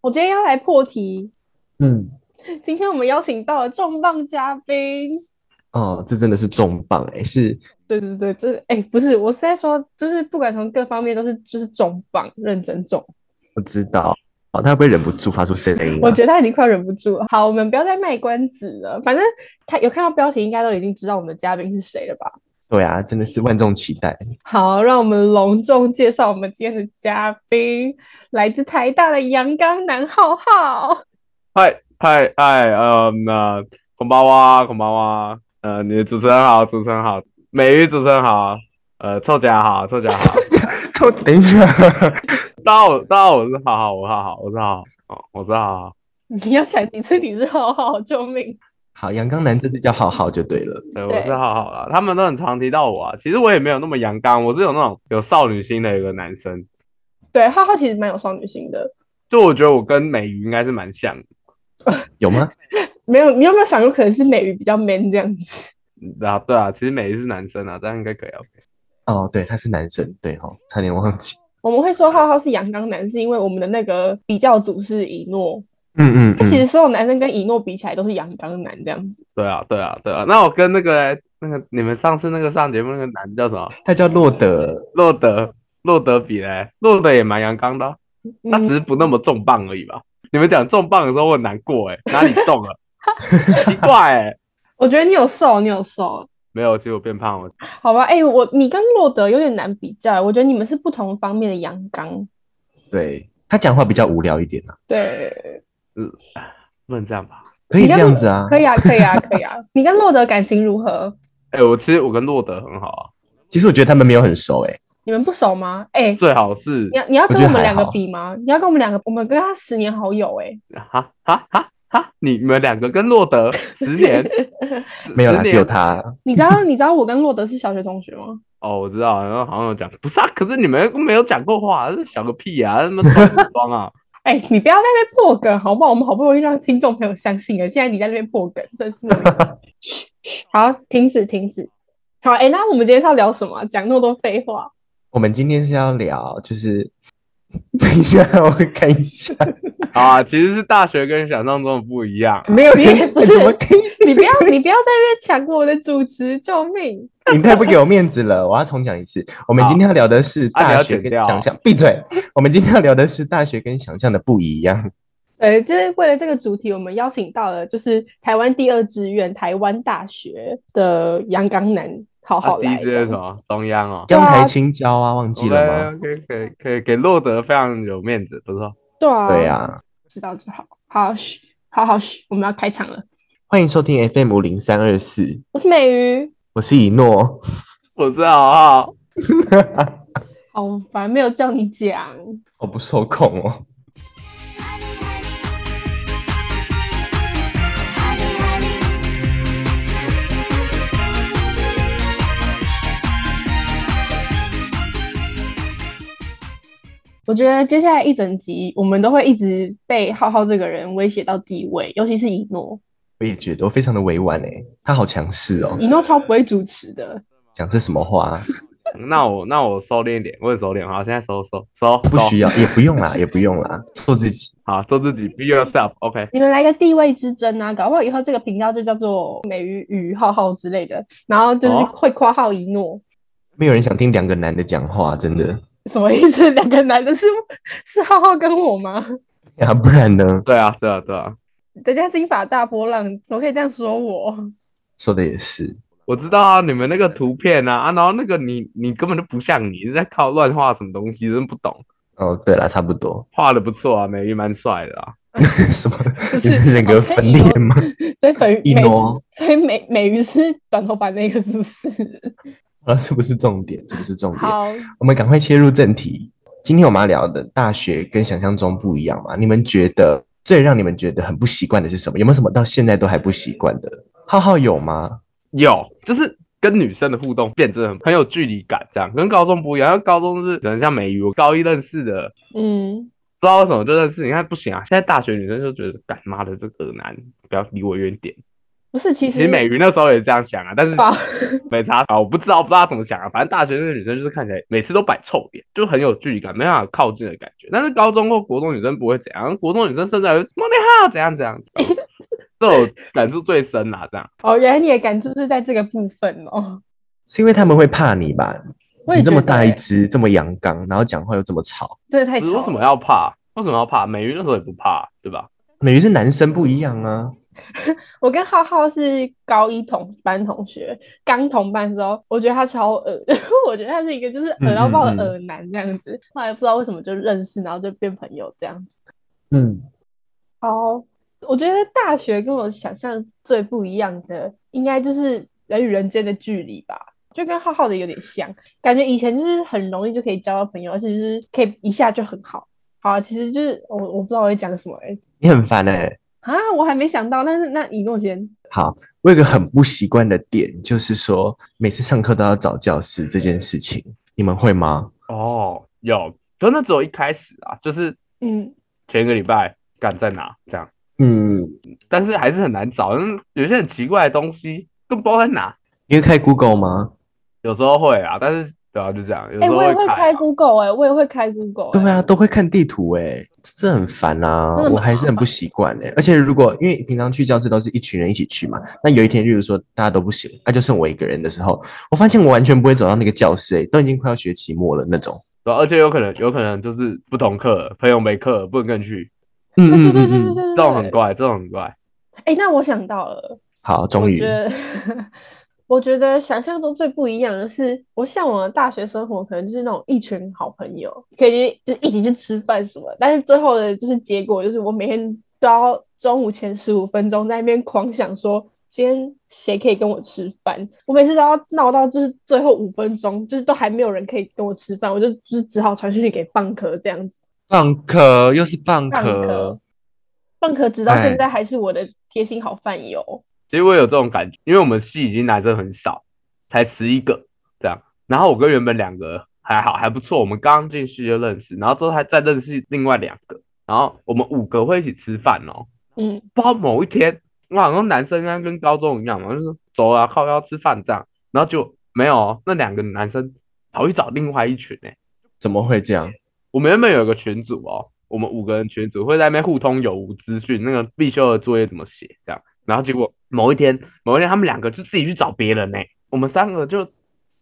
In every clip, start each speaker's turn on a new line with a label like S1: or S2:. S1: 我今天要来破题。
S2: 嗯，
S1: 今天我们邀请到了重磅嘉宾。
S2: 哦，这真的是重磅哎、是
S1: 对对对，这哎、不是，我是在说，就是不管从各方面都是就是重磅，认真重。
S2: 我知道，哦，他会不会忍不住发出声音、啊？
S1: 我觉得他已经快忍不住了。好，我们不要再卖关子了。反正他有看到标题，应该都已经知道我们的嘉宾是谁了吧？
S2: 对啊，真的是万众期 待。
S1: 好，让我们隆重介绍我们今天的嘉宾，来自台大的阳刚男浩浩。
S3: 嗨嗨嗨，呃，那孔巴哇，孔巴哇，呃，你的主持人好，主持人好，美玉主持人好，呃，臭甲好，臭甲好，
S2: 臭，等一下，
S3: 大家好，大家好，我是好好，我是好好，我是好好，哦，我是好好，
S1: 你要讲几次你是浩浩？救命！
S2: 好，阳刚男这次叫好好就对了。
S3: 对，
S1: 对
S3: 我是好好啦。他们都很常提到我啊，其实我也没有那么阳刚，我是有那种有少女心的一个男生，
S1: 对，浩浩其实蛮有少女心的。
S3: 就我觉得我跟美鱼应该是蛮像的，
S2: 有吗？
S1: 没有，你有没有想过可能是美鱼比较 man 这样子？
S3: 嗯啊，对啊，其实美鱼是男生啊，这样应该可以 OK。
S2: 哦，对，他是男生，对哦，差点忘记。
S1: 我们会说浩浩是阳刚男，是因为我们的那个比较组是以诺，
S2: 嗯嗯
S1: 他其实所有男生跟以诺比起来都是阳刚男这样子。
S3: 对啊，对啊，对啊。那我跟那个那个你们上次那个上节目那个男的叫什么？
S2: 他叫洛德，
S3: 洛德，洛德比嘞，洛德也蛮阳刚的啊、他只
S1: 嗯，
S3: 是不那么重磅而已吧。你们讲重磅的时候，我很难过哎、哪里重 了？奇怪哎、
S1: 我觉得你有瘦，你有瘦，
S3: 没有，其实我变胖了。
S1: 好吧？哎、我你跟洛德有点难比较，我觉得你们是不同方面的阳刚。
S2: 对他讲话比较无聊一点啊，
S1: 对，
S3: 不能这样吧？
S2: 可以这样子啊。
S1: 可以啊，可以啊， 可以啊。你跟洛德感情如何？
S3: 哎、我其实我跟洛德很好啊，
S2: 其实我觉得他们没有很熟哎、
S1: 你们不熟吗？哎、
S3: 最好是
S1: 你要你要跟
S2: 我觉得
S1: 我们
S2: 还
S1: 两个
S2: 好
S1: 比吗？你要跟我们两个，我们跟他十年好友哎、
S3: 哈哈哈哈，你们两个跟洛德十年，
S2: 没有啦，
S3: 十
S2: 只有
S3: 年
S2: 他。
S1: 你知道你知道我跟洛德是小学同学吗？
S3: 哦，我知道，然后好像有讲，不是啊，可是你们没有讲过话，这小个屁啊，那么装什么 装啊？
S1: 哎、你不要在那边破梗好不好？我们好不容易让听众朋友相信了，现在你在那边破梗，真是的。嘘嘘 好，停止，停止。好，哎、那我们今天是要聊什么啊？讲那么多废话，
S2: 我们今天是要聊，就是 等一下，我看一下，
S3: 好啊，其实是大学跟想象中的不一样。啊
S2: 没有
S1: 你
S2: 人
S1: 不是
S2: 怎么可以
S1: 你不要，你不要在那边抢我的主持，救命！
S2: 你太不给我面子了，我要重讲一次。我们今天要聊的是
S3: 啊你
S2: 大
S3: 要
S2: 学
S3: 剪
S2: 跟
S3: 掉
S2: 想象，闭嘴！我们今天要聊的是大学跟想象的不一样。
S1: 呃，就是为了这个主题，我们邀请到了就是台湾第二志愿台湾大学的阳刚男，好
S3: 啊
S1: 好
S3: 第一
S1: 来
S3: 支
S1: 这
S3: 是
S1: 样
S3: 什
S1: 子。
S3: 么？中央哦。
S1: 对啊
S2: 阳台青椒啊，忘记了吗？
S3: 可以可以可以给洛德非常有面子，不错。
S1: 对啊，
S2: 对，啊，
S1: 知道就好。好，嘘，好好嘘，我们要开场了。
S2: 欢迎收听 FM 五零三二四，
S1: 我是美鱼，
S2: 我是以诺。
S3: 我是好好，
S1: 好烦，哦没有叫你讲。
S2: 我不受控哦。
S1: 我觉得接下来一整集，我们都会一直被浩浩这个人威胁到地位，尤其是以诺，
S2: 我也觉得我非常的委婉哎、他好强势哦，
S1: 以诺超不会主持的。
S2: 讲这什么话？啊
S3: 那我那我收敛一点，我也收敛。好，现在收收收，
S2: 不
S3: 收
S2: 需要，也不用啦，也不用啦，做自己。
S3: 好做自己，be yourself，OK、
S1: 你们来个地位之争啊，搞不好以后这个频道就叫做美鱼与浩浩之类的，然后就是
S3: 哦
S1: 会夸浩一诺，
S2: 没有人想听两个男的讲话，真的。
S1: 什么意思？ 两个男的是是浩浩跟我吗？
S2: 啊，不然呢？
S3: 对啊，对啊，对啊，
S1: 人家金发大波浪，怎么可以这样说我？
S2: 说的也是。
S3: 我知道啊，你们那个图片啊，啊，然后那个你你根本就不像你，你在靠乱画什么东西，真不懂。
S2: 哦，对啦，差不多。
S3: 画的不错啊，美玉蛮帅的啊。
S2: 什么？
S1: 不
S2: 你
S1: 是
S2: 是人格分裂吗？
S1: 所以粉
S2: 一
S1: 美
S2: 诺
S1: 所以美美鱼是短头发那个是不是？
S2: 啊，这不是重点，这不是重点。
S1: 好，
S2: 我们赶快切入正题。今天我们要聊的大学跟想象中不一样嘛？你们觉得最让你们觉得很不习惯的是什么？有没有什么到现在都还不习惯的？浩浩有吗？
S3: 有，就是跟女生的互动变得很很有距离感，这样跟高中不一样。因为高中是只能像美玉，我高一认识的，
S1: 嗯，
S3: 不知道为什么就认识。你看不行啊，现在大学女生就觉得，干妈的这个男，不要离我远点。
S1: 不是，其
S3: 其实美
S1: 实
S3: 鱼那时候也是这样想啊，但是
S1: 吧，
S3: 没差啊，我不知道不知道她怎么想啊，反正大学生的女生就是看起来每次都摆臭脸，就很有距离感，没办法靠近的感觉。但是高中或国中女生不会怎样，国中女生甚至还会莫内哈怎样怎样，这我感触最深啦、这样
S1: 哦，原来你的感触是在这个部分哦。
S2: 是因为他们会怕你吧？
S1: 我也
S2: 你这么
S1: 觉得
S2: 大
S1: 欸
S2: 一只，这么阳刚，然后讲话又这么吵，
S1: 真的太
S3: 可是
S1: 吵
S3: 为
S1: 了
S3: 什么要怕？为什么要怕？美鱼那时候也不怕，对吧？
S2: 等于是男生不一样啊。
S1: 我跟浩浩是高一同班同学，刚同班的时候，我觉得他超恶， 我觉得他是一个就是恶到爆
S2: 嗯嗯
S1: 的
S2: 嗯
S1: 恶男这样子。后来不知道为什么就认识，然后就变朋友这样子。
S2: 嗯，
S1: 哦，我觉得大学跟我想象最不一样的，应该就是人与人之间的距离吧，就跟浩浩的有点像，感觉以前就是很容易就可以交到朋友，而且就是可以一下就很好。好啊，其实就是我我不知道我会讲什么哎、欸
S2: 你很烦哎、
S1: 啊，我还没想到，但是那以诺先，
S2: 好，我有一个很不习惯的点，就是说每次上课都要找教室这件事情，你们会吗？
S3: 哦，有，可是那只有一开始啊，就是
S1: 嗯。
S3: 前一个礼拜敢在哪这样，
S2: 嗯，
S3: 但是还是很难找，嗯，有些很奇怪的东西更不知道在哪，
S2: 你会开 Google 吗？
S3: 有时候会啊，但是对啊，就这样，有
S1: 哎、
S3: 时候
S1: 我也会
S3: 会
S1: 开
S3: 开啊
S1: Google 哎、我也会开 Google
S2: 对
S1: 哎、
S2: 啊，都会看地图哎、这很烦啊，
S1: 真的蛮
S2: 我还是很不习惯哎。而且如果因为平常去教室都是一群人一起去嘛，那有一天，例如说大家都不行，那、就剩我一个人的时候，我发现我完全不会走到那个教室哎、都已经快要学期末了那种。
S3: 对啊而且有可能有可能就是不同课，朋友没课不能跟你去，
S1: 对对对
S2: 嗯嗯嗯
S1: 对对
S2: 嗯，
S1: 对
S3: 这种很
S1: 对
S3: 怪，这种很怪。
S1: 哎、那我想到了，
S2: 好，
S1: 我
S2: 终于
S1: 觉，得， 我觉得想象中最不一样的是，我向往的大学生活可能就是那种一群好朋友，可以就一起去吃饭什么的，但是最后的就是结果就是我每天都要中午前十五分钟在那边狂想说。今天谁可以跟我吃饭？我每次都要闹到就是最后五分钟，就是都还没有人可以跟我吃饭，我就就是只好传讯息给蚌壳这样子。
S2: 蚌壳又是蚌
S1: 蚌
S2: 壳
S1: 壳，，蚌壳直到
S2: 哎
S1: 现在还是我的贴心好饭友。
S3: 其实我也有这种感觉，因为我们系已经男生很少，才十一个这样。然后我跟原本两个还好还不错，我们刚进系就认识，然后之后还再认识另外两个，然后我们五个会一起吃饭哦。
S1: 嗯，
S3: 不知道某一天，我好像男生应该跟高中一样嘛，就是走啊靠要吃饭这样，然后就没有哦那两个男生跑去找另外一群哎、
S2: 怎么会这样？
S3: 我们原本有一个群组哦，我们五个人群组会在那边互通有无资讯，那个必修的作业怎么写这样。然后结果某一天，某一天他们两个就自己去找别人呢、欸我们三个就，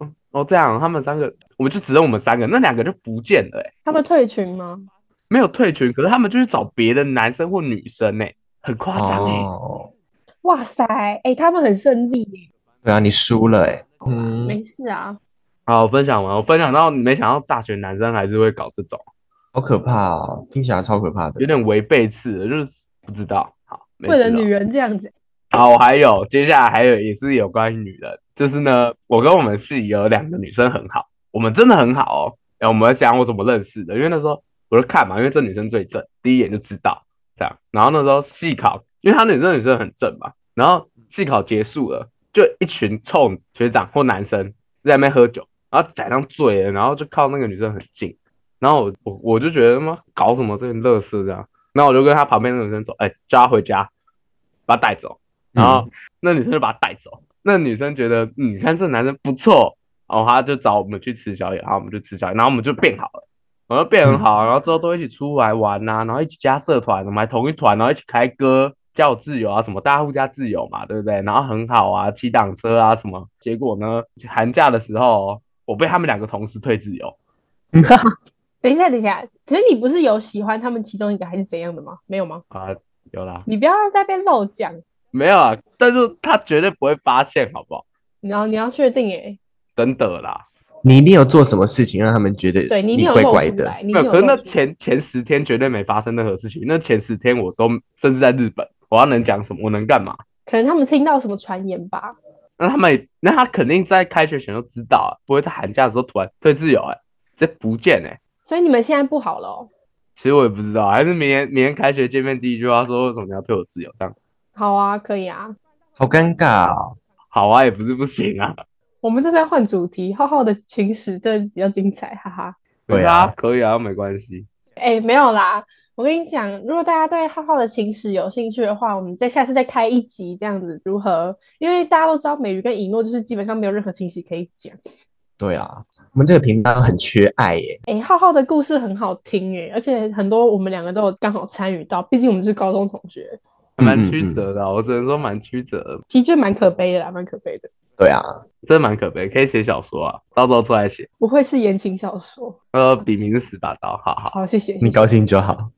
S3: 嗯，哦这样，他们三个我们就只剩我们三个，那两个就不见了、欸，
S1: 他们退群吗？
S3: 没有退群，可是他们就去找别的男生或女生呢、很夸张
S1: 欸
S3: 哎、
S2: 哦，
S1: 哇塞，哎、他们很胜利耶！
S2: 对啊，你输了哎、嗯，
S1: 没事啊，
S3: 好，我分享完，我分享到没想到大学男生还是会搞这种，
S2: 好可怕哦，听起来超可怕的
S3: 有。点违背次的，就是不知道。好，没
S1: 为了
S3: 事哦
S1: 女人这样子，
S3: 好，我还有接下来还有也是有关于女人，就是呢，我跟我们系有两个女生很好，我们真的很好哦。哎、我们要讲我怎么认识的，因为那时候我就看嘛，因为这女生最正，第一眼就知道这样。然后那时候系考，因为她女生女生很正嘛，然后系考结束了，就一群臭学长或男生在那边喝酒，然后假装醉了，然后就靠那个女生很近，然后我我我就觉得妈搞什么这些乐事这样，然后我就跟她旁边那个女生走，哎、叫她回家，把她带走。然
S2: 嗯
S3: 后那女生就把他带走。那女生觉得，嗯，你看这男生不错，然后他就找我们去吃宵夜，然后我们就吃宵夜，然后我们就变好了，我们就变很好，然后之后都一起出来玩呐、然后一起加社团，我们还同一团，然后一起开歌，加我自由啊，什么大家互加自由嘛，对不对？然后很好啊，骑挡车啊什么。结果呢，寒假的时候，我被他们两个同时退自由，
S1: 等一下，等一下，可是你不是有喜欢他们其中一个还是怎样的吗？没有吗？
S3: 啊、有啦，
S1: 你不要再被漏讲，
S3: 没有啊？但是他绝对不会发现，好不好？
S1: 你要你要确定哎、
S3: 真的啦，
S2: 你一定有做什么事情让他们觉得
S1: 对你一定
S2: 你
S1: 有
S2: 怪
S1: 漏
S2: 怪
S1: 出
S2: 的。
S1: 来，你一
S3: 没
S1: 定
S3: 有，可是
S1: 漏
S3: 那
S1: 出来
S3: 前前十天绝对没发生任何事情。那前十天我都甚至在日本，我要能讲什么？我能干嘛？
S1: 可能他们听到什么传言吧？
S3: 那他们也，那他肯定在开学前就知道、啊，不会在寒假的时候突然对自由哎、这不见哎、
S1: 所以你们现在不好了哦、
S3: 其实我也不知道，还是明天明天开学见面第一句话说为什么你要对我自由这样？
S1: 好啊，可以啊，
S2: 好尴尬哦！
S3: 好啊，也不是不行啊，
S1: 我们正在换主题，浩浩的情史真的比较精彩，哈哈。
S2: 对啊
S3: 可以啊，没关系。
S1: 哎、没有啦，我跟你讲，如果大家对浩浩的情史有兴趣的话，我们再下次再开一集这样子如何？因为大家都知道美鱼跟以诺就是基本上没有任何情史可以讲。
S2: 对啊，我们这个频道很缺爱耶。
S1: 哎、浩浩的故事很好听哎，而且很多我们两个都有刚好参与到，毕竟我们是高中同学，
S3: 还蛮
S2: 嗯嗯
S3: 曲
S2: 嗯
S3: 折的啊、我只能说蛮曲折的，
S1: 其实就蛮可悲的啦，蛮可悲的。
S2: 对啊，
S3: 真的蛮可悲。可以写小说啊，到时候出来写。
S1: 不愧是言情小说，
S3: 呃，笔名是十把刀，好好。
S1: 好谢谢。
S2: 你高兴就好。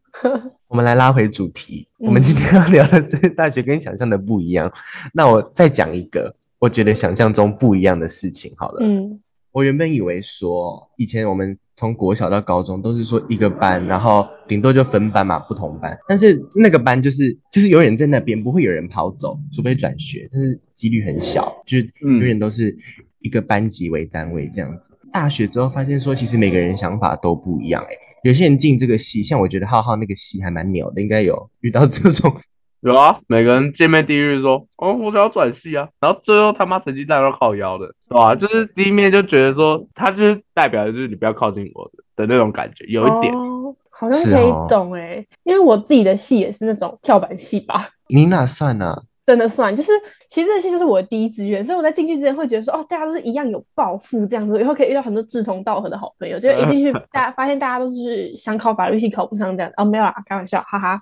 S2: 我们来拉回主题，
S1: 嗯
S2: 我们今天要聊的是大学跟想象的不一样。那我再讲一个，我觉得想象中不一样的事情好了。
S1: 嗯
S2: 我原本以为说，以前我们从国小到高中都是说一个班，然后顶多就分班嘛，不同班。但是那个班就是就是永远在那边，不会有人跑走，除非转学，但是几率很小，就是永远都是一个班级为单位这样子。大学之后发现说，其实每个人想法都不一样、欸，有些人进这个系，像我觉得浩浩那个系还蛮牛的，应该有遇到这种
S3: 有啊，每个人见面第一句说，哦，我想要转系啊，然后最后他妈成绩单都靠腰的，对吧、就是第一面就觉得说，他就是代表的就是你不要靠近我的那种感觉，有一点。
S1: 哦好像
S2: 是
S1: 可以
S2: 哦
S1: 懂哎、因为我自己的戏也是那种跳板戏吧，
S2: 你哪算啊呢、
S1: 真的算，就是其实这些就是我的第一志愿，所以我在进去之前会觉得说，哦，大家都是一样有抱负这样子，以后可以遇到很多志同道合的好朋友。结果一进去，大家发现大家都是想考法律系考不上这样，哦，没有啦，开玩笑，哈哈。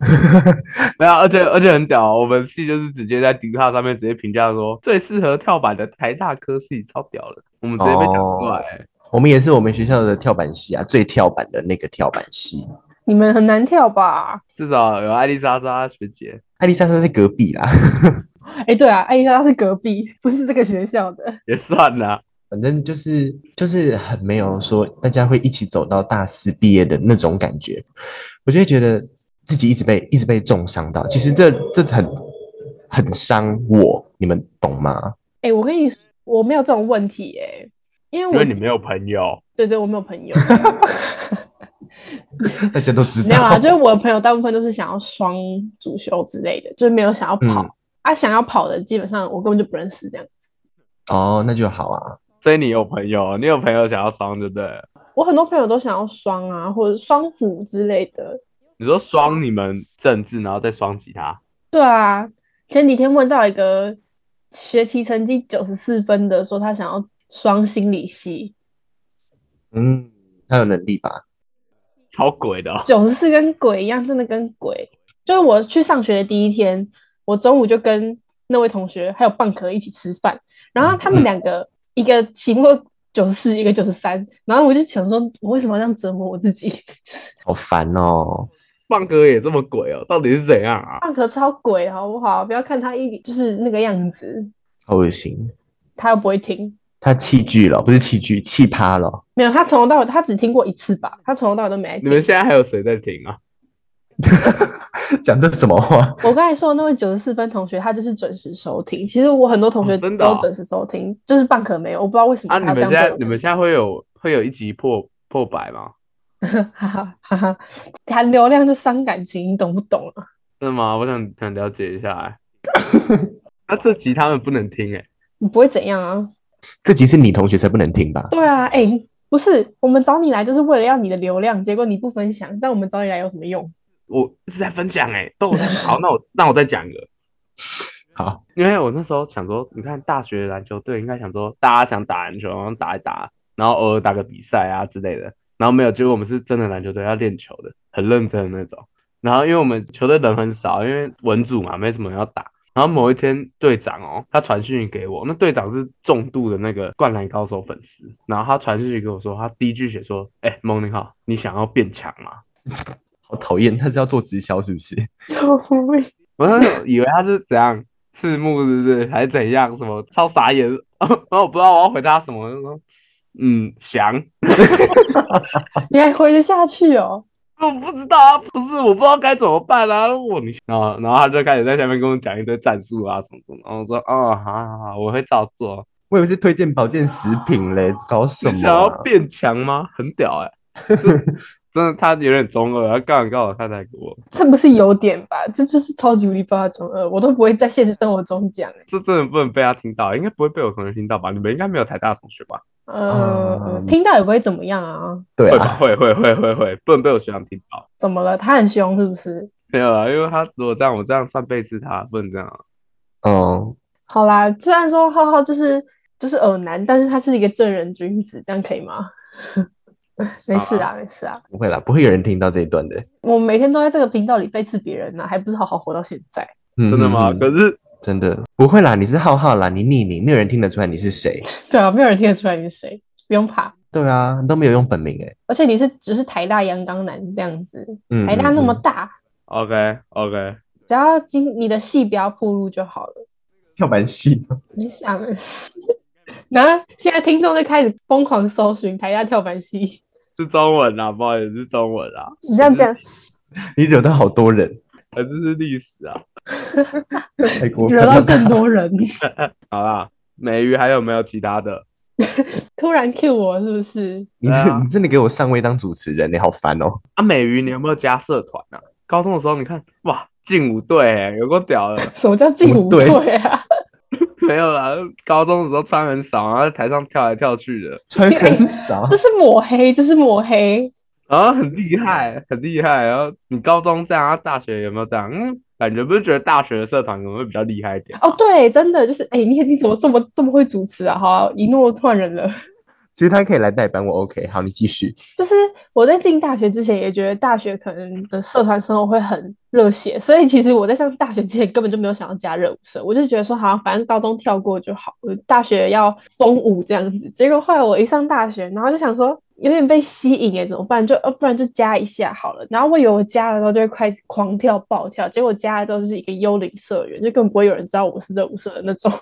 S3: 没有，而且而且很屌哦、我们系就是直接在 d 卡上面直接评价说最适合跳板的台大科系，超屌的，我们直接被讲出来、
S2: 我们也是我们学校的跳板系啊，最跳板的那个跳板系。
S1: 你们很难跳吧？
S3: 至少有艾丽莎莎学姐，
S2: 艾丽莎莎是隔壁啦，
S1: 哎、对啊，艾丽莎她是隔壁，不是这个学校的。
S3: 也算啦、
S2: 反正就是就是很没有说大家会一起走到大四毕业的那种感觉，我就会觉得自己一直被一直被重伤到，其实这这很很伤我，你们懂吗？
S1: 哎、我跟你说，我没有这种问题哎、因为
S3: 因
S1: 我
S3: 为你没有朋友，
S1: 对对，我没有朋友。
S2: 大家都知道，
S1: 没有啊，就是我的朋友大部分都是想要双主修之类的，就是没有想要跑、
S2: 嗯
S1: 啊，想要跑的基本上我根本就不认识这样。
S2: 哦，那就好啊。
S3: 所以你有朋友，你有朋友想要双，对不对了？
S1: 我很多朋友都想要双啊，或者双辅之类的。
S3: 你说双你们政治，然后再双其他，
S1: 对啊，前几天问到一个学期成绩九十四分的，说他想要双心理系，
S2: 嗯，他有能力吧？
S3: 超鬼的哦、
S1: 九十四跟鬼一样，真的跟鬼。就是我去上学的第一天，我中午就跟那位同学还有棒壳一起吃饭，然后他们两个、一个期末九十四，一个九十三，然后我就想说，我为什么要这样折磨我自己？就是
S2: 好烦哦。
S3: 棒哥也这么鬼哦，到底是怎样啊？
S1: 棒壳超鬼，好不好？不要看他一就是那个样子，
S2: 好恶心。
S1: 他又不会听。
S2: 他弃剧了，不是弃剧，弃趴了。
S1: 没有，他从头到尾他只听过一次吧，他从头到尾都没来
S3: 你
S1: 听。
S3: 们现在还有谁在听啊？
S2: 讲这什么话？
S1: 我刚才说的那位九十四分同学，他就是准时收听。其实我很多同学
S3: 哦真的哦
S1: 都准时收听，就是半可没有，我不知道为什么
S3: 啊，
S1: 他
S3: 你
S1: 要
S3: 们
S1: 这样
S3: 现
S1: 对
S3: 在
S1: 我
S3: 你们现在会有会有一集破破百吗？
S1: 哈哈哈哈，谈流量就伤感情，你懂不懂啊？
S3: 真的吗？我想想了解一下、欸。那、这集他们不能听哎、
S1: 你不会怎样啊？
S2: 这集是你同学才不能听吧？
S1: 对啊，哎、不是，我们找你来就是为了要你的流量，结果你不分享，但我们找你来有什么用？
S3: 我是在分享哎、都有在好，那我那我再讲一个，
S2: 好，
S3: 因为我那时候想说，你看大学篮球队应该想说大家想打篮球，然后打一打，然后偶尔打个比赛啊之类的，然后没有，结果我们是真的篮球队要练球的，很认真的那种。然后因为我们球队人很少，因为文组嘛，没什么人要打。然后某一天队长哦，他传讯息给我，那队长是重度的那个灌篮高手粉丝，然后他传讯息给我说，他第一句写说，哎、蒙宁浩，你想要变强吗？
S2: 好讨厌，他是要做直销是不是？
S1: 救命！
S3: 我那时候以为他是怎样赤木是不是，还是怎样什么超傻眼， 然后我不知道我要回答什么，我就说嗯翔，
S1: 你还回得下去哦？
S3: 我不知道啊，不是我不知道该怎么办啊，我你然后然后他就开始在下面跟我讲一堆战术啊什么什么，然后我说哦好好好，我会照做。
S2: 我以为是推荐保健食品嘞，搞什
S3: 你
S2: 么、
S3: 想要
S2: 啊？
S3: 变强吗？很屌哎、就真的他有点中二，他刚好刚好他才给我，
S1: 这不是有点吧？这就是超级无敌八中二，我都不会在现实生活中讲、欸。
S3: 这真的不能被他听到，应该不会被我同学听到吧？你们应该没有台大的同学吧？
S1: 呃，
S2: 嗯
S1: 听到也不会怎么样啊。
S2: 对
S3: 会
S2: 啊，
S3: 会会会会会，不能被我学长听到。
S1: 怎么了？他很凶是不是？
S3: 没有啊，因为他如果这样，我这样算背刺他，不能这样啊。
S2: 嗯，
S1: 好啦，虽然说浩浩就是就是耳男，但是他是一个正人君子，这样可以吗？ 没事啊，没事啊，
S2: 不会啦，不会有人听到这一段的。
S1: 我每天都在这个频道里背刺别人啊呢、还不是好好活到现在？
S2: 真
S3: 真的吗？可是
S2: 嗯真的不会啦，你是浩浩啦，你匿名，没有人听得出来你是谁。
S1: 对啊，没有人听得出来你是谁，不用怕。
S2: 对啊，你都没有用本名哎、
S1: 而且你是只是台大阳刚男这样子，
S2: 嗯，
S1: 台大哎那么
S2: 嗯嗯嗯
S1: 大，
S3: OK OK，
S1: 只要经你的戏不要暴露就好了。
S2: 跳板戏，
S1: 没事啊，没事。 然后现在听众就开始疯狂搜寻台大跳板戏，
S3: 是中文啊，不好意思，是中文啊，
S1: 你这样讲
S2: 你惹到好多人，
S3: 呃，这是历史啊。
S2: 太过分
S1: 惹到
S2: 了。
S1: 更多人，
S3: 好啦，美鱼还有没有其他的？
S1: 突然 cue 我是不是？
S2: 你这、
S3: 对啊
S2: 你真的给我上位当主持人，你好烦哦、
S3: 啊，美鱼，你有没有加社团啊？高中的时候，你看，哇，劲舞队、欸，有够屌的。
S1: 什么叫劲舞队啊？
S3: 没有啦，高中的时候穿很少，然后在台上跳来跳去的，
S2: 穿很 少
S1: 这，是抹黑，这是抹黑。
S3: 啊，很厉害，很厉害。然后你高中这样，啊大学有没有这样？嗯，感觉不是觉得大学的社团可能会比较厉害一点。
S1: 哦，对，真的就是，哎、你你怎么这么这么会主持啊？好啊一诺突然人了。
S2: 其实他可以来代班，我 OK。好，你继续。
S1: 就是我在进大学之前也觉得大学可能的社团生活会很热血，所以其实我在上大学之前根本就没有想要加热舞社，我就觉得说好像反正高中跳过就好，我大学要疯舞这样子。结果后来我一上大学，然后就想说有点被吸引诶，怎么办？就呃不然就加一下好了。然后我以为我加了之后就会开始狂跳暴跳，结果加了之后就是一个幽灵社员，就更不会有人知道我是热舞社的那种。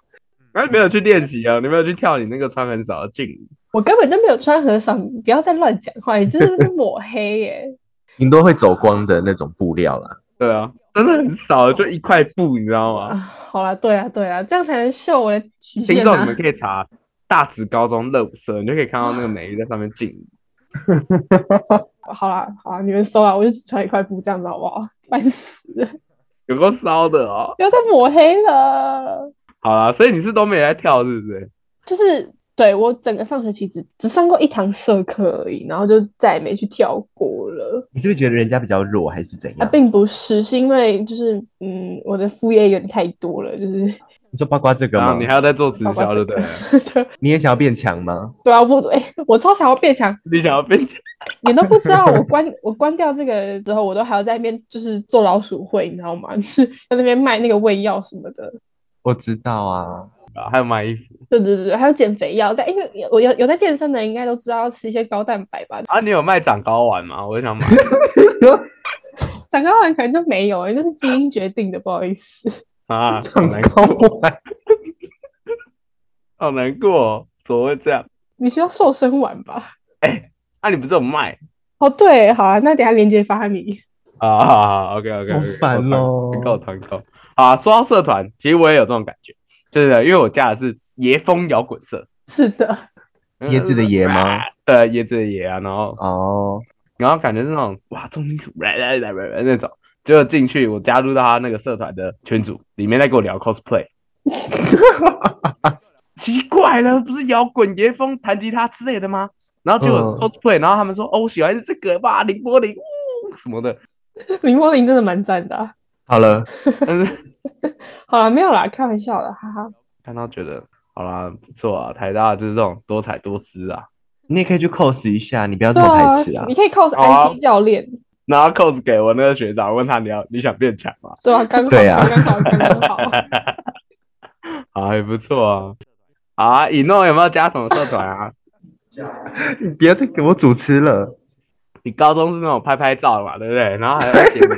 S3: 哎、没有去练习啊，你没有去跳你那个穿很少的劲舞。
S1: 我根本就没有穿和尚，你不要再乱讲话，你真的是抹黑欸耶、
S2: 顶多会走光的那种布料啦。
S3: 对啊，真的很少，就一块布，你知道
S1: 啊，
S3: 吗？
S1: 好啦，对啦，对啦，这样才能秀我的曲
S3: 听
S1: 线
S3: 众你
S1: 啊
S3: 们！可以查大直高中热舞社，你就可以看到那个美鱼在上面 劲舞。
S1: 好啦，好啦，你们收啦，啊我就只穿一块布，这样子好不好？烦死了，
S3: 有够骚的哦！
S1: 不要再抹黑了。
S3: 好啦，所以你是都没在跳，是不是？
S1: 就是对我整个上学期只只上过一堂社课而已，然后就再也没去跳过了。
S2: 你是不是觉得人家比较弱，还是怎
S1: 啊，
S2: 样？
S1: 并不是，是因为就是嗯，我的副业有点太多了，就是
S2: 你说八卦这个
S3: 然
S2: 吗
S3: 后？啊你还要再做直
S1: 包括
S3: 销，
S1: 这
S3: 对不
S1: 个
S3: 对？
S1: 对
S2: 你也想要变强吗？
S1: 对啊，我哎、我超想要变强，
S3: 你想要变强？
S1: 你都不知道，我关我关掉这个之后，我都还要在那边就是做老鼠会，你知道吗？ 就是在那边卖那个胃药什么的。
S2: 我知道啊，
S3: 啊，还有买衣服
S1: 对对对，还有减肥药，但因为有有有在健身的，应该都知道要吃一些高蛋白吧。
S3: 啊？你有卖长高丸吗？我 想买。
S1: 长高丸可能就没有、欸，那是基因决定的，不好意思。
S3: 啊，好
S2: 长
S3: 难
S2: 高
S3: 过，
S2: 丸，
S3: 好难过哦，怎么会这样？
S1: 你需要瘦身丸吧？
S3: 啊，你不是有卖
S1: 哦，对，好啊，那等一下链接发你。
S3: 啊好好？OK OK，
S2: 好烦哦
S3: 团购团购啊！说到社团，其实我也有这种感觉，就是因为我加的是椰风摇滚社，
S1: 是的，
S2: 椰子的椰吗？
S3: 对，椰子的椰啊，然后
S2: 哦，
S3: 然后感觉是那种哇重金属来来来来来那种，结果进去我加入到他那个社团的群组里面，在跟我聊 cosplay，奇怪了，不是摇滚、野风、弹吉他之类的吗？然后就
S2: 嗯
S3: cosplay，、然后他们说哦，我喜欢是这个吧，林柏林，呜什么的，
S1: 林柏林真的蛮赞的啊、
S2: 好了，
S3: 但是
S1: 好了，没有啦，开玩笑的，哈哈。
S3: 看到觉得好啦，不错啊，台大就是这种多彩多姿啊。
S2: 你也可以去 cos 一下，你不要这
S1: 对
S2: 么
S1: 啊
S2: 排斥啊，
S1: 你。可以 cos
S3: 好啊
S1: 安西教练，
S3: 然后 cos 给我那个学长，问他你要你想变强吗？
S1: 对啊，刚好，
S2: 对啊
S1: 刚好，刚好。
S3: 啊，还不错啊。好啊，以诺有没有加什么社团啊？
S2: 你不要再给我主持了，
S3: 你高中是那种拍拍照嘛，对不对？然后还要写文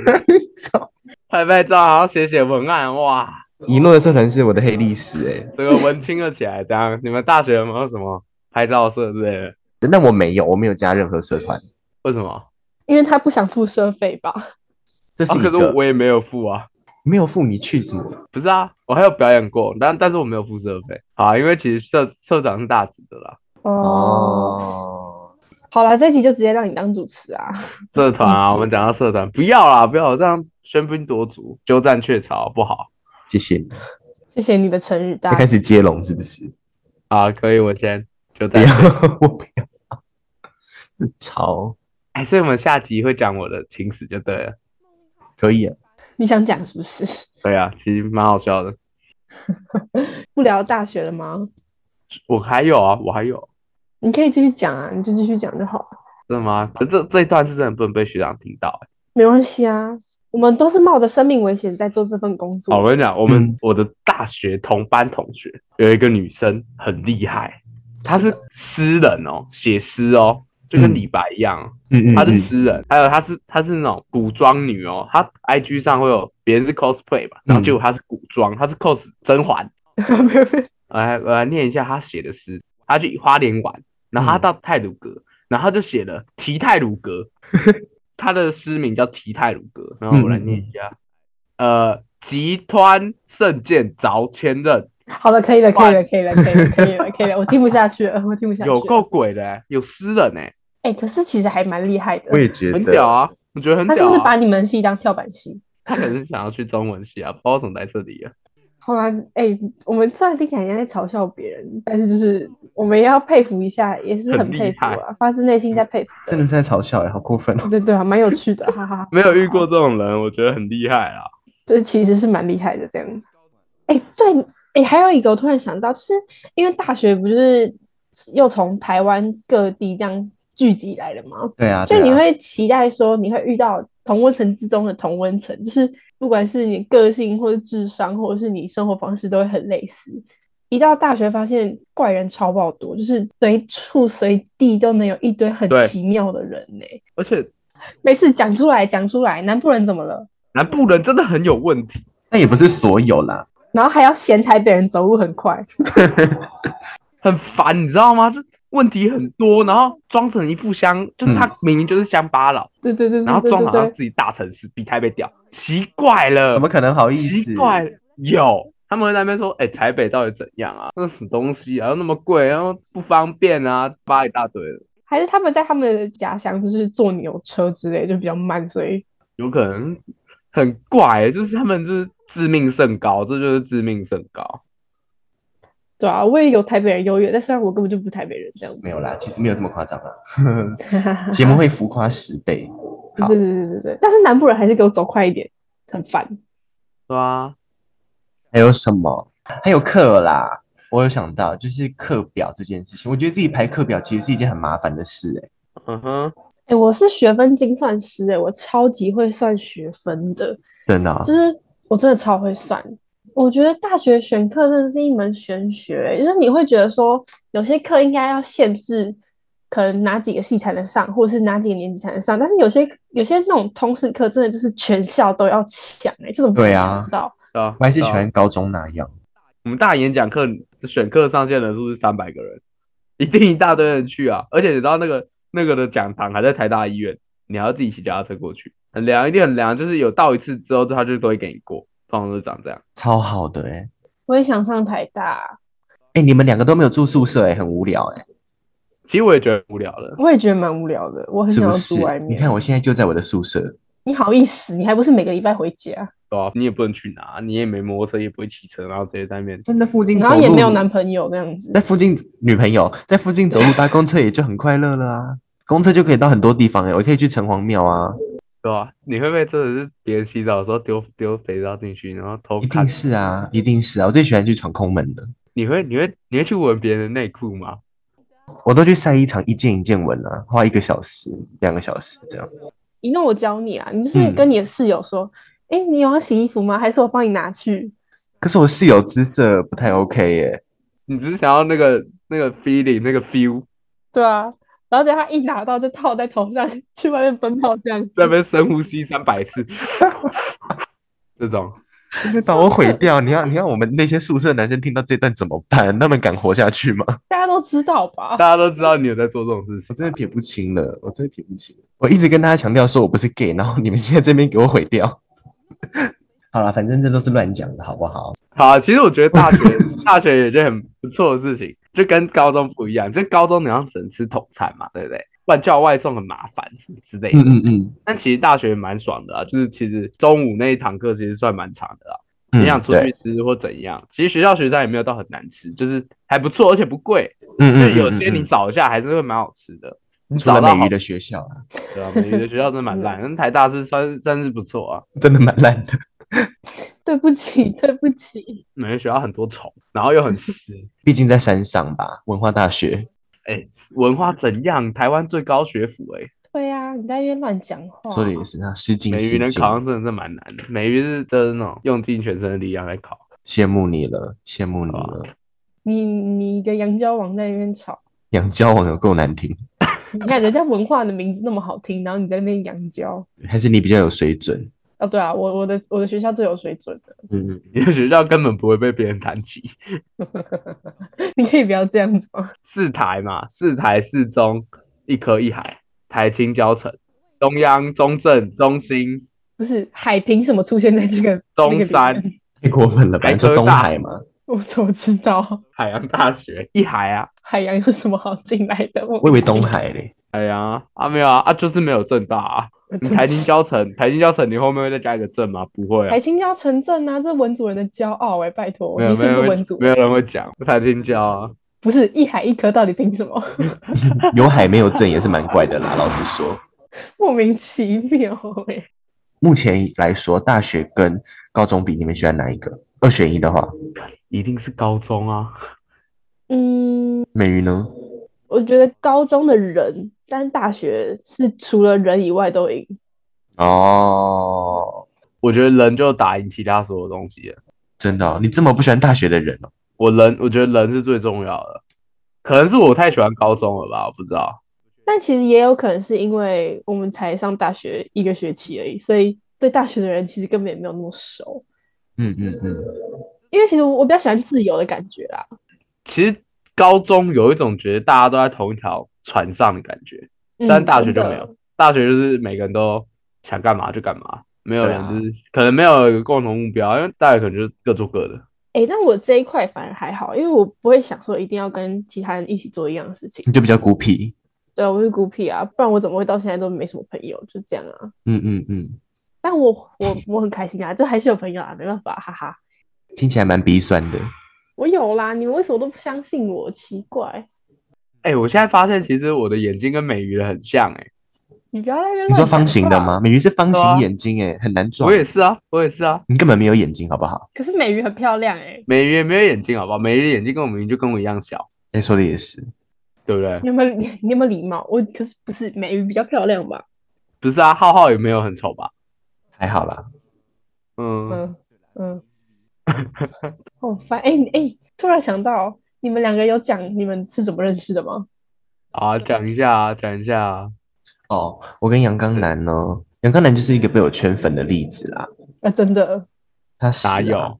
S3: 拍拍照，然后写写文案，哇，
S2: 一诺的社团是我的黑历史哎、
S3: 这个文青了起来。这样，你们大学有没有什么拍照社之类的？
S2: 但我没有，我没有加任何社团，
S3: 为什么？
S1: 因为他不想付社费吧？
S2: 这
S3: 啊，
S2: 是一
S3: 可是
S2: 个、
S3: 我也没有付啊。
S2: 没有付你去什么，
S3: 不是啊，我还有表演过，但但是我没有付社费好啊，因为其实社社长是大直的啦，
S2: 哦，
S1: 好啦，这集就直接让你当主持啊。
S3: 社团
S2: 嗯
S3: 啊，
S2: 是
S3: 我们讲到社团，不要啦，不要这样喧宾夺主，鸠占鹊巢不好
S2: 谢谢你，
S1: 谢谢你的成语，大
S2: 要
S1: 家
S2: 开始接龙是不是？
S3: 啊。可以，我先。就
S2: 不
S3: 在
S2: 要，我不要，吵
S3: 哎，所以我们下集会讲我的情史就对了。
S2: 可以啊，
S1: 你想讲是不是？
S3: 对啊，其实蛮好笑的。
S1: 不聊大学了吗？
S3: 我还有啊，我还有，
S1: 你可以继续讲啊，你就继续讲就好了，
S3: 真的吗？可这这一段是真的不能被学长听到、欸。
S1: 没关系啊。我们都是冒着生命危险在做这份工作
S3: 好，我，跟你讲，我们、
S2: 嗯
S3: 我的大学同班同学有一个女生很厉害，她是诗人哦，写诗哦，就跟
S2: 嗯
S3: 李白一样哦、
S2: 嗯嗯
S3: 她是
S2: 嗯，
S3: 诗人，还有她是她是那种古装女哦，她 IG 上会有别人是 cosplay 吧，然后
S2: 嗯
S3: 结果她是古装，她是 cos 甄嬛。
S1: 没有没有
S3: 我来我来念一下她写的诗，她去花莲玩，然后她
S2: 嗯
S3: 到泰鲁阁，然后她就写了《提泰鲁阁》， 她的诗名叫《提泰鲁阁》，然后我来念一下，
S2: 嗯
S3: 呃，集团圣剑凿千仞，
S1: 好了，可以了，可以了，可以了，可以了，可以了，可以 了，我听不下去了，我听不下去了。
S3: 有够鬼的欸、有诗人哎、
S1: 哎、可是其实还蛮厉害的。
S2: 我也觉
S3: 很
S2: 得
S3: 屌啊！我觉得很
S1: 他
S3: 屌、啊。
S1: 是不是把你们系当跳板系？
S3: 他可能是想要去中文系啊，不知道怎么来这里啊。
S1: 后来，哎、我们虽然听起来像在嘲笑别人，但是就是我们也要佩服一下，也是
S3: 很
S1: 很
S3: 厉
S1: 佩服啊，发自内心在佩服
S2: 真的是在嘲笑哎，好过分哦。
S1: 对对啊，蛮有趣的，哈哈哈。
S3: 没有遇过这种人，我觉得很厉害啦。
S1: 就是其实是蛮厉害的这样子。哎、对，哎、还有一个我突然想到，就是因为大学不就是又从台湾各地这样聚集来的吗？
S2: 对啊，
S1: 就
S2: 对
S1: 你
S2: 啊
S1: 会期待说你会遇到同温层之中的同温层，就是不管是你个性或者智商，或者是你生活方式都会很类似。一到大学发现怪人超爆多，就是随处随地都能有一堆很
S3: 对
S1: 奇妙的人呢、
S3: 而且
S1: 没事，讲出来，讲出来，南部人怎么了？
S3: 南部人真的很有问题，
S2: 但也不是所有 啦，
S1: 然后还要嫌台北人走路很快，
S3: 很烦，你知道吗？就问题很多，然后装成一副乡，就是
S2: 嗯
S3: 他明明就是乡巴佬，
S1: 对对对
S3: 然
S1: 对对
S3: 后装
S1: 对
S3: 好像
S1: 对，
S3: 自己大城市，比台北屌，奇怪了，
S2: 怎么可能好意思
S3: 奇？怪了？有。他们会在那边说：“哎、台北到底怎样啊？那是什么东西啊？又那么贵，然后不方便啊，发一大堆的
S1: 还是他们在他们的家乡就是坐牛车之类，就比较慢，所以
S3: 有可能很怪、就是他们就是致命甚高，这就是致命甚高。
S1: 对啊，我也有台北人优越，但虽然我根本就不是台北人这样子。
S2: 没有啦，其实没有这么夸张啦，
S3: 嗯
S2: 节目会浮夸十倍。好
S1: 对对对对对，但是南部人还是给我走快一点，很烦。
S3: 对啊，
S2: 还有什么？还有课啦，我有想到，就是课表这件事情，我觉得自己排课表其实是一件很麻烦的事、欸，
S3: 嗯哼，
S1: 哎、我是学分精算师、哎，我超级会算学分的，
S2: 真的、啊
S1: 就，是我真的超会算。我觉得大学选课真的是一门玄学、哎就是你会觉得说有些课应该要限制，可能哪几个系才能上，或者是哪几个年级才能上，但是有些有些那种通识课真的就是全校都要抢，哎，这种
S2: 对啊
S1: 抢不到。
S3: 对啊，
S2: 我还是
S3: 对
S2: 喜
S3: 啊
S2: 欢高中那样。
S3: 我们大演讲课选课上线人数是三百个人，一定一大堆人去啊！而且你知道那个那个的讲堂还在台大医院，你还要自己骑脚踏车过去，很凉，一定很凉。就是有到一次之后，他就都会给你过，通常都是长这样。
S2: 超好的哎、欸，
S1: 我也想上台大，
S2: 哎、你们两个都没有住宿舍哎、欸，很无聊哎、
S3: 其实我也觉得很无聊了，
S1: 我也觉得蛮无聊的，我很
S2: 是
S1: 想
S2: 不
S1: 要
S2: 是
S1: 住外？
S2: 你
S1: 面。
S2: 看我现在就在我的宿舍，
S1: 你好意思？你还不是每个礼拜回家，
S3: 对啊，你也不能去拿，你也没摩托车，也不会骑车，然后直接在那边。
S2: 真的附近
S1: 然
S2: 走
S1: 后
S2: 路，
S1: 也没有男朋友那样子
S2: 在。附近女朋友在附近走路搭公车也就很快乐了 啊，公车就可以到很多地方哎、欸，我可以去城隍庙啊，
S3: 对啊，你会不会真的是别人洗澡的时候丢丢肥皂进去，然后偷
S2: 一
S3: 看
S2: 定？是啊，一定是啊，我最喜欢去闯空门的，
S3: 你会你会你会去闻别人的内裤吗？
S2: 我都去晒衣场一件一件闻啊，花一个小时、两个小时这样。
S1: 一弄我教你啊，你就是
S2: 嗯
S1: 跟你的室友说，哎、你有要洗衣服吗？还是我帮你拿去？
S2: 可是我室友姿色不太 OK 耶，
S3: 你只是想要那个那个 feeling 那个 feel，
S1: 对啊，然后结果他一拿到就套在头上， 去外面奔跑这样子
S3: 在那。边深呼吸三百次，这种
S2: 你把我毁 掉！你要你要我们那些宿舍男生听到这段怎么办？他们敢活下去吗？
S1: 大家都知道吧
S3: 大？家都知道你有在做这种事
S2: 我
S3: 情。
S2: 真的撇不清了，我真的撇不清。我一直跟大家强调说我不是 gay，然后你们现在这边给我毁掉。 好了，反正这都是乱讲的，好不好？
S3: 好啊，其实我觉得大学大学有一件很不错的事情，就跟高中不一样。就高中你要只能吃统餐嘛，对不对？不然叫外送很麻烦什么之类的。
S2: 嗯嗯
S3: 但其实大学蛮爽的啊，就是其实中午那一堂课其实算蛮长的啦。啊
S2: 嗯，
S3: 你想出去
S2: 对，
S3: 吃或怎样，其实学校学餐也没有到很难吃，就是还不错，而且不贵。
S2: 嗯
S3: 就
S2: 嗯，
S3: 有
S2: 嗯
S3: 些你
S2: 嗯
S3: 找一下还是会蛮好吃的。你
S2: 除
S3: 找
S2: 了
S3: 到
S2: 美
S3: 好
S2: 语的学校啊，
S3: 对啊，美语的学校真的 蛮烂，但台大是算算是不错啊。
S2: 真的蛮烂的。
S1: 对不起，对不起，
S3: 美语学校很多虫，然后又 很湿。
S2: 毕竟在山上吧，文化大学。
S3: 哎、文化怎样？台湾最高学府哎、
S1: 对呀、你在那边乱讲话。
S2: 说的也是啊，失敬
S3: 美
S2: 失
S3: 语能
S2: 敬
S3: 考，上真的是蛮难的。美语是真的那种用尽全身的力量来考。
S2: 羡慕你了，羡慕你
S3: 好啊
S2: 了。
S1: 你你一个洋交王在那边吵，
S2: 养交网有够难听，
S1: 你看人家文化的名字那么好听，然后你在那边洋交。
S2: 还是你比较有水准？
S1: 哦，对啊，我我的我的学校最有水准的，
S2: 嗯，
S3: 你的学校根本不会被别人谈起。
S1: 你可以不要这样子吗？
S3: 四台嘛，四台四中，一科一海，台青交城，中央、中正、中心、
S1: 不是海凭什么出现在这个那
S3: 中
S1: 个
S3: 山、
S1: 里面
S2: 太过分了吧？
S3: 台
S2: 你说
S3: 科
S2: 东
S3: 大
S2: 海吗？
S1: 我怎么知道
S3: 海洋大学一海啊，
S1: 海洋有什么好进来的？我
S2: 我以为东海 嘞。
S3: 海洋啊啊没有啊啊就是没有正大 啊，
S1: 对不
S3: 你
S1: 起
S3: 台青交城，台青交城你后面会再加一个正吗？不会啊
S1: 台，青交城镇啊，这文主人的骄傲哎、拜托，
S3: 没有
S1: 你是
S3: 没
S1: 不
S3: 有
S1: 是
S3: 人会
S1: 文主
S3: 没
S1: 人？
S3: 有人会讲台青交啊，
S1: 不是一海一科，到底凭什么？
S2: 有海没有证也是蛮怪的啦，老实说。
S1: 莫名其妙哎、
S2: 目前来说，大学跟高中比，你们喜欢哪一个？二选一的话，
S3: 一定是高中啊，
S1: 嗯，
S2: 美鱼呢？
S1: 我觉得高中的人，但大学是除了人以外都赢。
S2: 哦，
S3: 我觉得人就打赢其他所有东西了。
S2: 真的哦、你这么不喜欢大学的人哦？
S3: 我人，我觉得人是最重要的，可能是我太喜欢高中了吧，我不知道。
S1: 但其实也有可能是因为我们才上大学一个学期而已，所以对大学的人其实根本也没有那么熟。
S2: 嗯嗯嗯，
S1: 因为其实我我比较喜欢自由的感觉啦，
S3: 其实高中有一种觉得大家都在同一条船上的感觉，
S1: 嗯
S3: 但大学就
S1: 真
S3: 没
S1: 的
S3: 有。大学就是每个人都想干嘛就干嘛，没有
S2: 对
S3: 人
S2: 啊
S3: 就是、可能没有一个共同目标，因为大学可能就是各做各的。
S1: 诶，但我这一块反而还好，因为我不会想说一定要跟其他人一起做一样的事情
S2: 你。就比较孤僻。
S1: 对啊，我是孤僻啊，不然我怎么会到现在都没什么朋友？就这样啊。
S2: 嗯嗯嗯，
S1: 但我我我很开心啊，就还是有朋友啊，没办法，哈哈。
S2: 听起来蛮鼻酸的。
S1: 我有啦，你们为什么都不相信我？奇怪，
S3: 哎、我现在发现其实我的眼睛跟美鱼的很像、欸，
S1: 你不要在那边
S2: 你
S1: 乱
S2: 说
S1: 讲
S2: 方形的
S1: 话？
S2: 吗？美鱼是方
S3: 对啊
S2: 形眼睛、欸，很难撞
S3: 我。也是啊，我也是啊，
S2: 你根本没有眼睛，好不好？
S1: 可是美鱼很漂亮哎、
S3: 美鱼也没有眼睛，好不好？美鱼的眼睛跟我们就跟我一样小，
S2: 哎、说的也是。
S3: 对不对？
S1: 你有没有你你有没有礼貌？我可是不是美鱼比较漂亮吧？
S3: 不是啊，浩浩也没有很丑吧？
S2: 还好啦，
S3: 嗯，
S1: 嗯嗯，好烦哎哎！诶突然想到，你们两个有讲你们是怎么认识的吗？
S3: 好啊，讲一下啊，讲一下啊。
S2: 哦，我跟杨刚男呢，杨刚男就是一个被我圈粉的例子啦。
S1: 啊，真的，
S2: 他是、啊
S3: 哪有？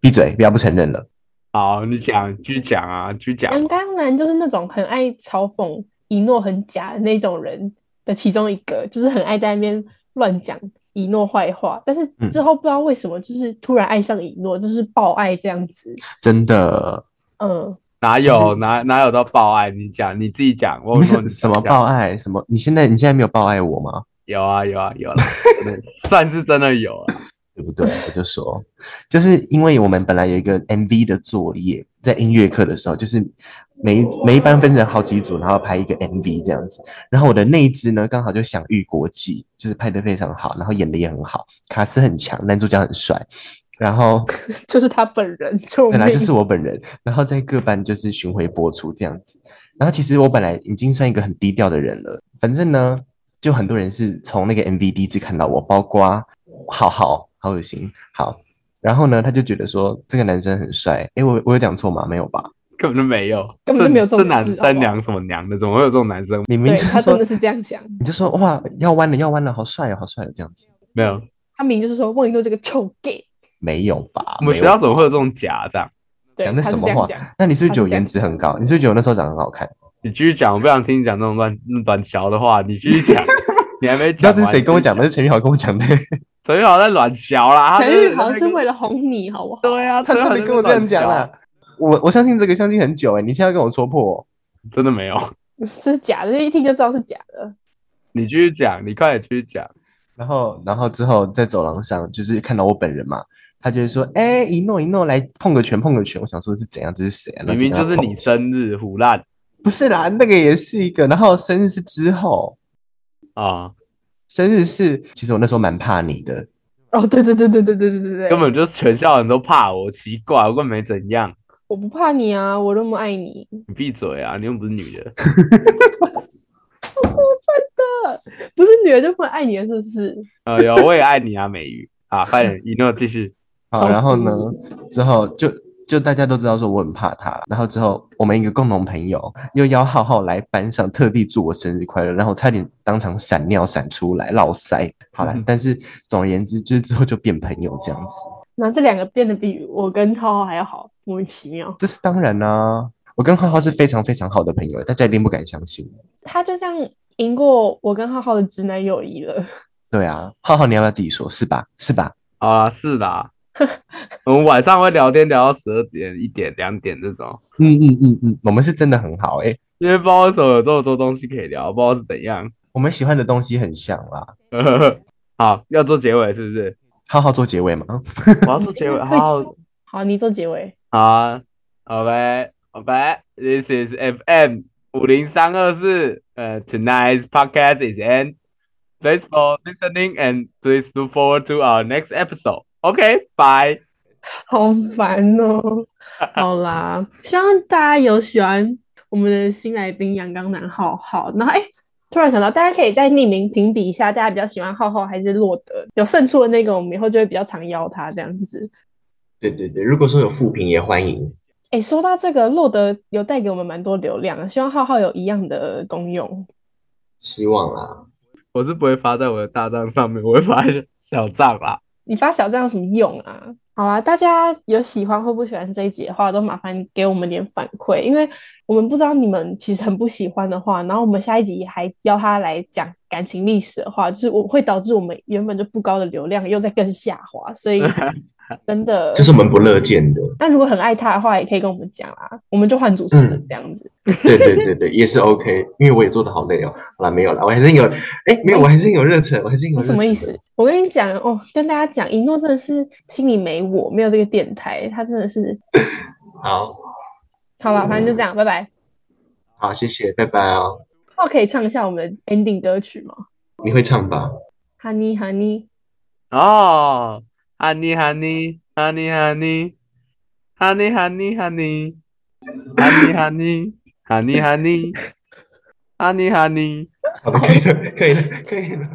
S2: 闭嘴，不要不承认了。
S3: 好，你讲，继续讲啊，继续讲。
S1: 杨刚男就是那种很爱嘲讽、一诺很假的那种人的其中一个，就是很爱在那边乱讲一诺坏话，但是之后不知道为什么，就是突然爱上一诺，就是爆爱这样子。
S2: 真的，
S1: 嗯，
S3: 哪
S2: 就
S3: 有
S2: 是
S3: 哪哪有到报爱？你讲你自己讲，我有
S2: 没
S3: 说
S2: 有
S3: 你
S2: 什么
S3: 讲
S2: 报爱，什么？你现在你现在没有报爱我吗？
S3: 有啊有啊有了，真的算是真的有啊了。
S2: 对不对？我就说，就是因为我们本来有一个 MV 的作业，在音乐课的时候，就是每一每一班分成好几组，然后拍一个 MV 这样子。然后我的那一支呢，刚好就享誉国际，就是拍的非常好，然后演的也很好，卡斯很强，男主角很帅，然后。
S1: 就是他本人，救
S2: 本来就
S1: 命
S2: 是我本人，然后在各班就是巡回播出这样子。然后其实我本来已经算一个很低调的人了，反正呢，就很多人是从那个 MV 第一次看到我，包括浩浩，好恶心，好。然后呢，他就觉得说这个男生很帅，诶，我我有讲错吗？没有吧？
S3: 根本就没有，
S1: 根本就没有这
S3: 这
S1: 种
S3: 男
S1: 事好不好
S3: 三娘什么娘的，怎么会有这种男生？
S2: 你明
S1: 对
S2: 明就
S1: 他
S2: 是
S1: 真
S2: 说
S1: 的，是这样讲，
S2: 你就说哇，要弯了，要弯了，好帅哦，好帅哦，这样子，
S3: 没有，
S1: 他明明就是说孟一诺这个臭 gay，
S2: 没有吧？
S3: 我们
S2: 没
S3: 学
S2: 有
S3: 校怎么会有这种假啊这样？
S1: 对，
S2: 讲的
S1: 他是
S2: 什么
S1: 这样
S2: 话
S1: 讲，
S2: 那你是不
S1: 他是
S2: 是觉得我
S1: 这样
S2: 颜值很高？你是不是觉得我那时候长得很好看？
S3: 你继续讲，我不想听你讲这种乱乱小的话。你继续 讲，你还没
S2: 你知道
S3: 讲完。
S2: 这是谁跟我讲的？
S3: 的？
S2: 是陈宇豪跟我讲的。
S3: 陈玉豪在乱小啦，
S1: 陈玉豪是为
S3: 了
S1: 了哄你好不好？
S3: 对啊，
S2: 他
S3: 陈
S2: 真
S3: 玉
S2: 的
S3: 豪在
S2: 跟我这样讲啊
S3: 乱
S2: 啦，我我相信这个相信很久哎、你现在跟我戳破、
S3: 小，真的没有。
S1: 是假的，一听就知道是假的。
S3: 你继续讲，你快点继续讲。
S2: 然后然后之后在走廊上就是看到我本人嘛，他就是说，哎、一诺一诺来碰个拳，碰个拳。我想说是怎样，这是谁啊？然后
S3: 明明
S2: 跟他
S3: 就是
S2: 碰
S3: 你生日，胡烂
S2: 不是啦，那个也是一个。然后生日是之后，
S3: 啊，
S2: 生日是其实我那时候蛮怕你的，
S1: 哦，对对对对对对对对对，
S3: 根本就是全校人都怕我，奇怪，我根本没怎样。
S1: 我不怕你啊，我那么爱你，
S3: 你闭嘴啊！你又不是女的，
S1: 不是女人就不会爱你了，是不是？
S3: 呃，有我也爱你啊，美鱼啊，快 点，一诺继续。
S2: 好，
S1: 超
S2: 啊然后
S1: 酷
S2: 呢，之后就就大家都知道说我很怕他，然后之后我们一个共同朋友又邀浩浩来班上，特地祝我生日快乐，然后我差点当场闪尿闪出来，落腮。好了，
S3: 嗯
S2: 但是总而言之，就是之后就变朋友这样子，
S1: 然后这两个变得比我跟浩浩还要好，莫名其妙。
S2: 这是当然啦、我跟浩浩是非常非常好的朋友，大家一定不敢相信。
S1: 他就这样赢过我跟浩浩的直男友谊了。
S2: 对啊，浩浩，你要不要自己说？是吧？是吧？
S3: 啊，是啦，我们晚上会聊天聊到十二点、一点、两点这种，
S2: 嗯嗯嗯嗯，我们是真的很好诶、
S3: 因为不知道为什么有这么多东西可以聊，不知道是怎样。
S2: 我们喜欢的东西很像啦。
S3: 好，要做结尾是不是？
S2: 浩浩做结尾吗？
S3: 我要做结尾，
S1: 快
S3: 好
S1: 好，你做结尾。
S3: 好啊，好呗，好呗。This is FM 五零三二四。呃，Tonight's podcast is end. Thanks for listening and please look forward to our next episode. OK, bye.
S1: 好烦哦。好啦，希望大家有喜欢我们的新来宾阳刚男浩浩。然后哎、突然想到，大家可以在匿名评比一下，大家比较喜欢浩浩还是洛德？有胜出的那个，我们以后就会比较常邀他这样子。
S2: 对对对，如果说有复评也欢迎。
S1: 哎、说到这个，洛德有带给我们蛮多流量的，希望浩浩有一样的功用。
S2: 希望啦。
S3: 我是不会发在我的大账上面，我会发小账啦。
S1: 你发小账有什么用啊？好啊，大家有喜欢或不喜欢这一集的话，都麻烦给我们点反馈，因为我们不知道你们其实很不喜欢的话，然后我们下一集还邀他来讲感情历史的话，就是我会导致我们原本就不高的流量又在更下滑，所 以真的，
S2: 这是我们不乐见的。
S1: 那如果很爱他的话，也可以跟我们讲啊，我们就换主持人
S2: 嗯
S1: 这样子。
S2: 对对对对，也是 OK，因为我也做的好累哦。好啦，没有啦，我还是有，哎，没有，我还是有热忱，我还是有热
S1: 什
S2: 忱。
S1: 么意思？？我跟你讲哦，跟大家讲，一诺真的是心里没我，没有这个电台，他真的是
S2: 好
S1: 好
S2: 嗯
S1: 了，反正就这样，拜拜。
S2: 好，谢谢，拜拜哦。
S1: 浩可以唱一下我们的 ending 歌曲吗
S2: 你会唱吧？
S1: ？Honey Honey，
S3: 哦，honey honey honey honey honey honey honey honey honey honey honey honey honey。
S2: 好的，可以了，可以了，可以了。